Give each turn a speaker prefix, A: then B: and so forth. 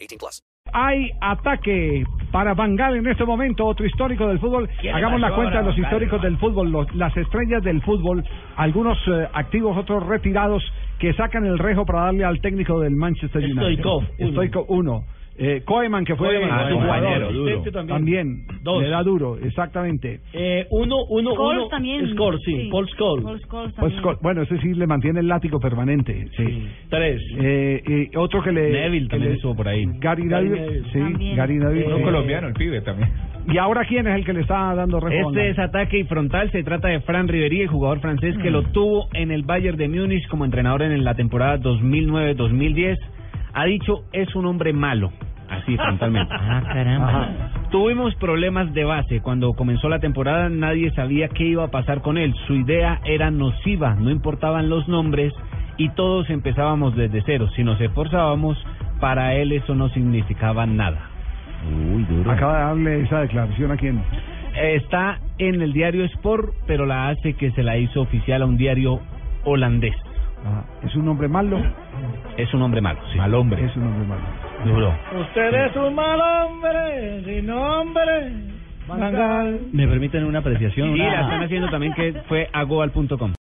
A: 18 plus.
B: Hay ataque para Bangal en este momento, otro histórico del fútbol.
C: ¿Quién
B: Hagamos la
C: pasó,
B: cuenta de los
C: Bangal?
B: históricos del fútbol, los- las estrellas del fútbol, algunos eh, activos, otros retirados, que sacan el rejo para darle al técnico del Manchester United.
C: Stoichkov, uno.
B: Stoichkov, uno. Eh, Koeman, que fue
C: Koeman, ah,
B: su
C: compañero,
B: jugador.
C: duro.
B: También. También.
C: Dos.
B: Le da duro, exactamente.
C: Eh, uno, uno,
D: Scholes
C: uno.
D: también.
C: Scholes, sí. Paul Scholes.
D: Paul Scholes
B: Pues,
D: también.
B: co- bueno, ese sí le mantiene el látigo permanente. Sí.
C: Tres.
B: Eh, y otro que le.
C: Neville
B: que
C: también
B: le-
C: estuvo por ahí.
B: Gary
C: Gary
B: Neville.
C: Neville.
B: Sí,
D: También.
B: Gary Neville.
D: Uno
C: Eh,
B: sí.
E: el pibe también.
B: ¿Y ahora quién es el que le está dando rejo?
F: Este es ataque y frontal. Se trata de Fran Ribery, el jugador francés que lo tuvo en el Bayern de Múnich como entrenador en la temporada 2009-2010. Ha dicho, es un hombre malo. Así frontalmente. Ah, caramba. Tuvimos problemas de base. Cuando comenzó la temporada nadie sabía qué iba a pasar con él. Su idea era nociva, no importaban los nombres y todos empezábamos desde cero. Si nos esforzábamos, para él eso no significaba nada.
B: Acaba de darle esa declaración a quién.
F: Está en el diario Sport, pero la hace que se la hizo oficial a un diario holandés.
B: ¿Es un hombre malo?
F: Es un hombre malo, sí.
E: Mal hombre.
B: Es un hombre malo.
F: Duro.
C: Usted es un mal hombre, sin hombre.
B: Bangal.
C: ¿Me permiten una apreciación?
F: Y
C: Una-
F: la están haciendo también que fue a goal.com.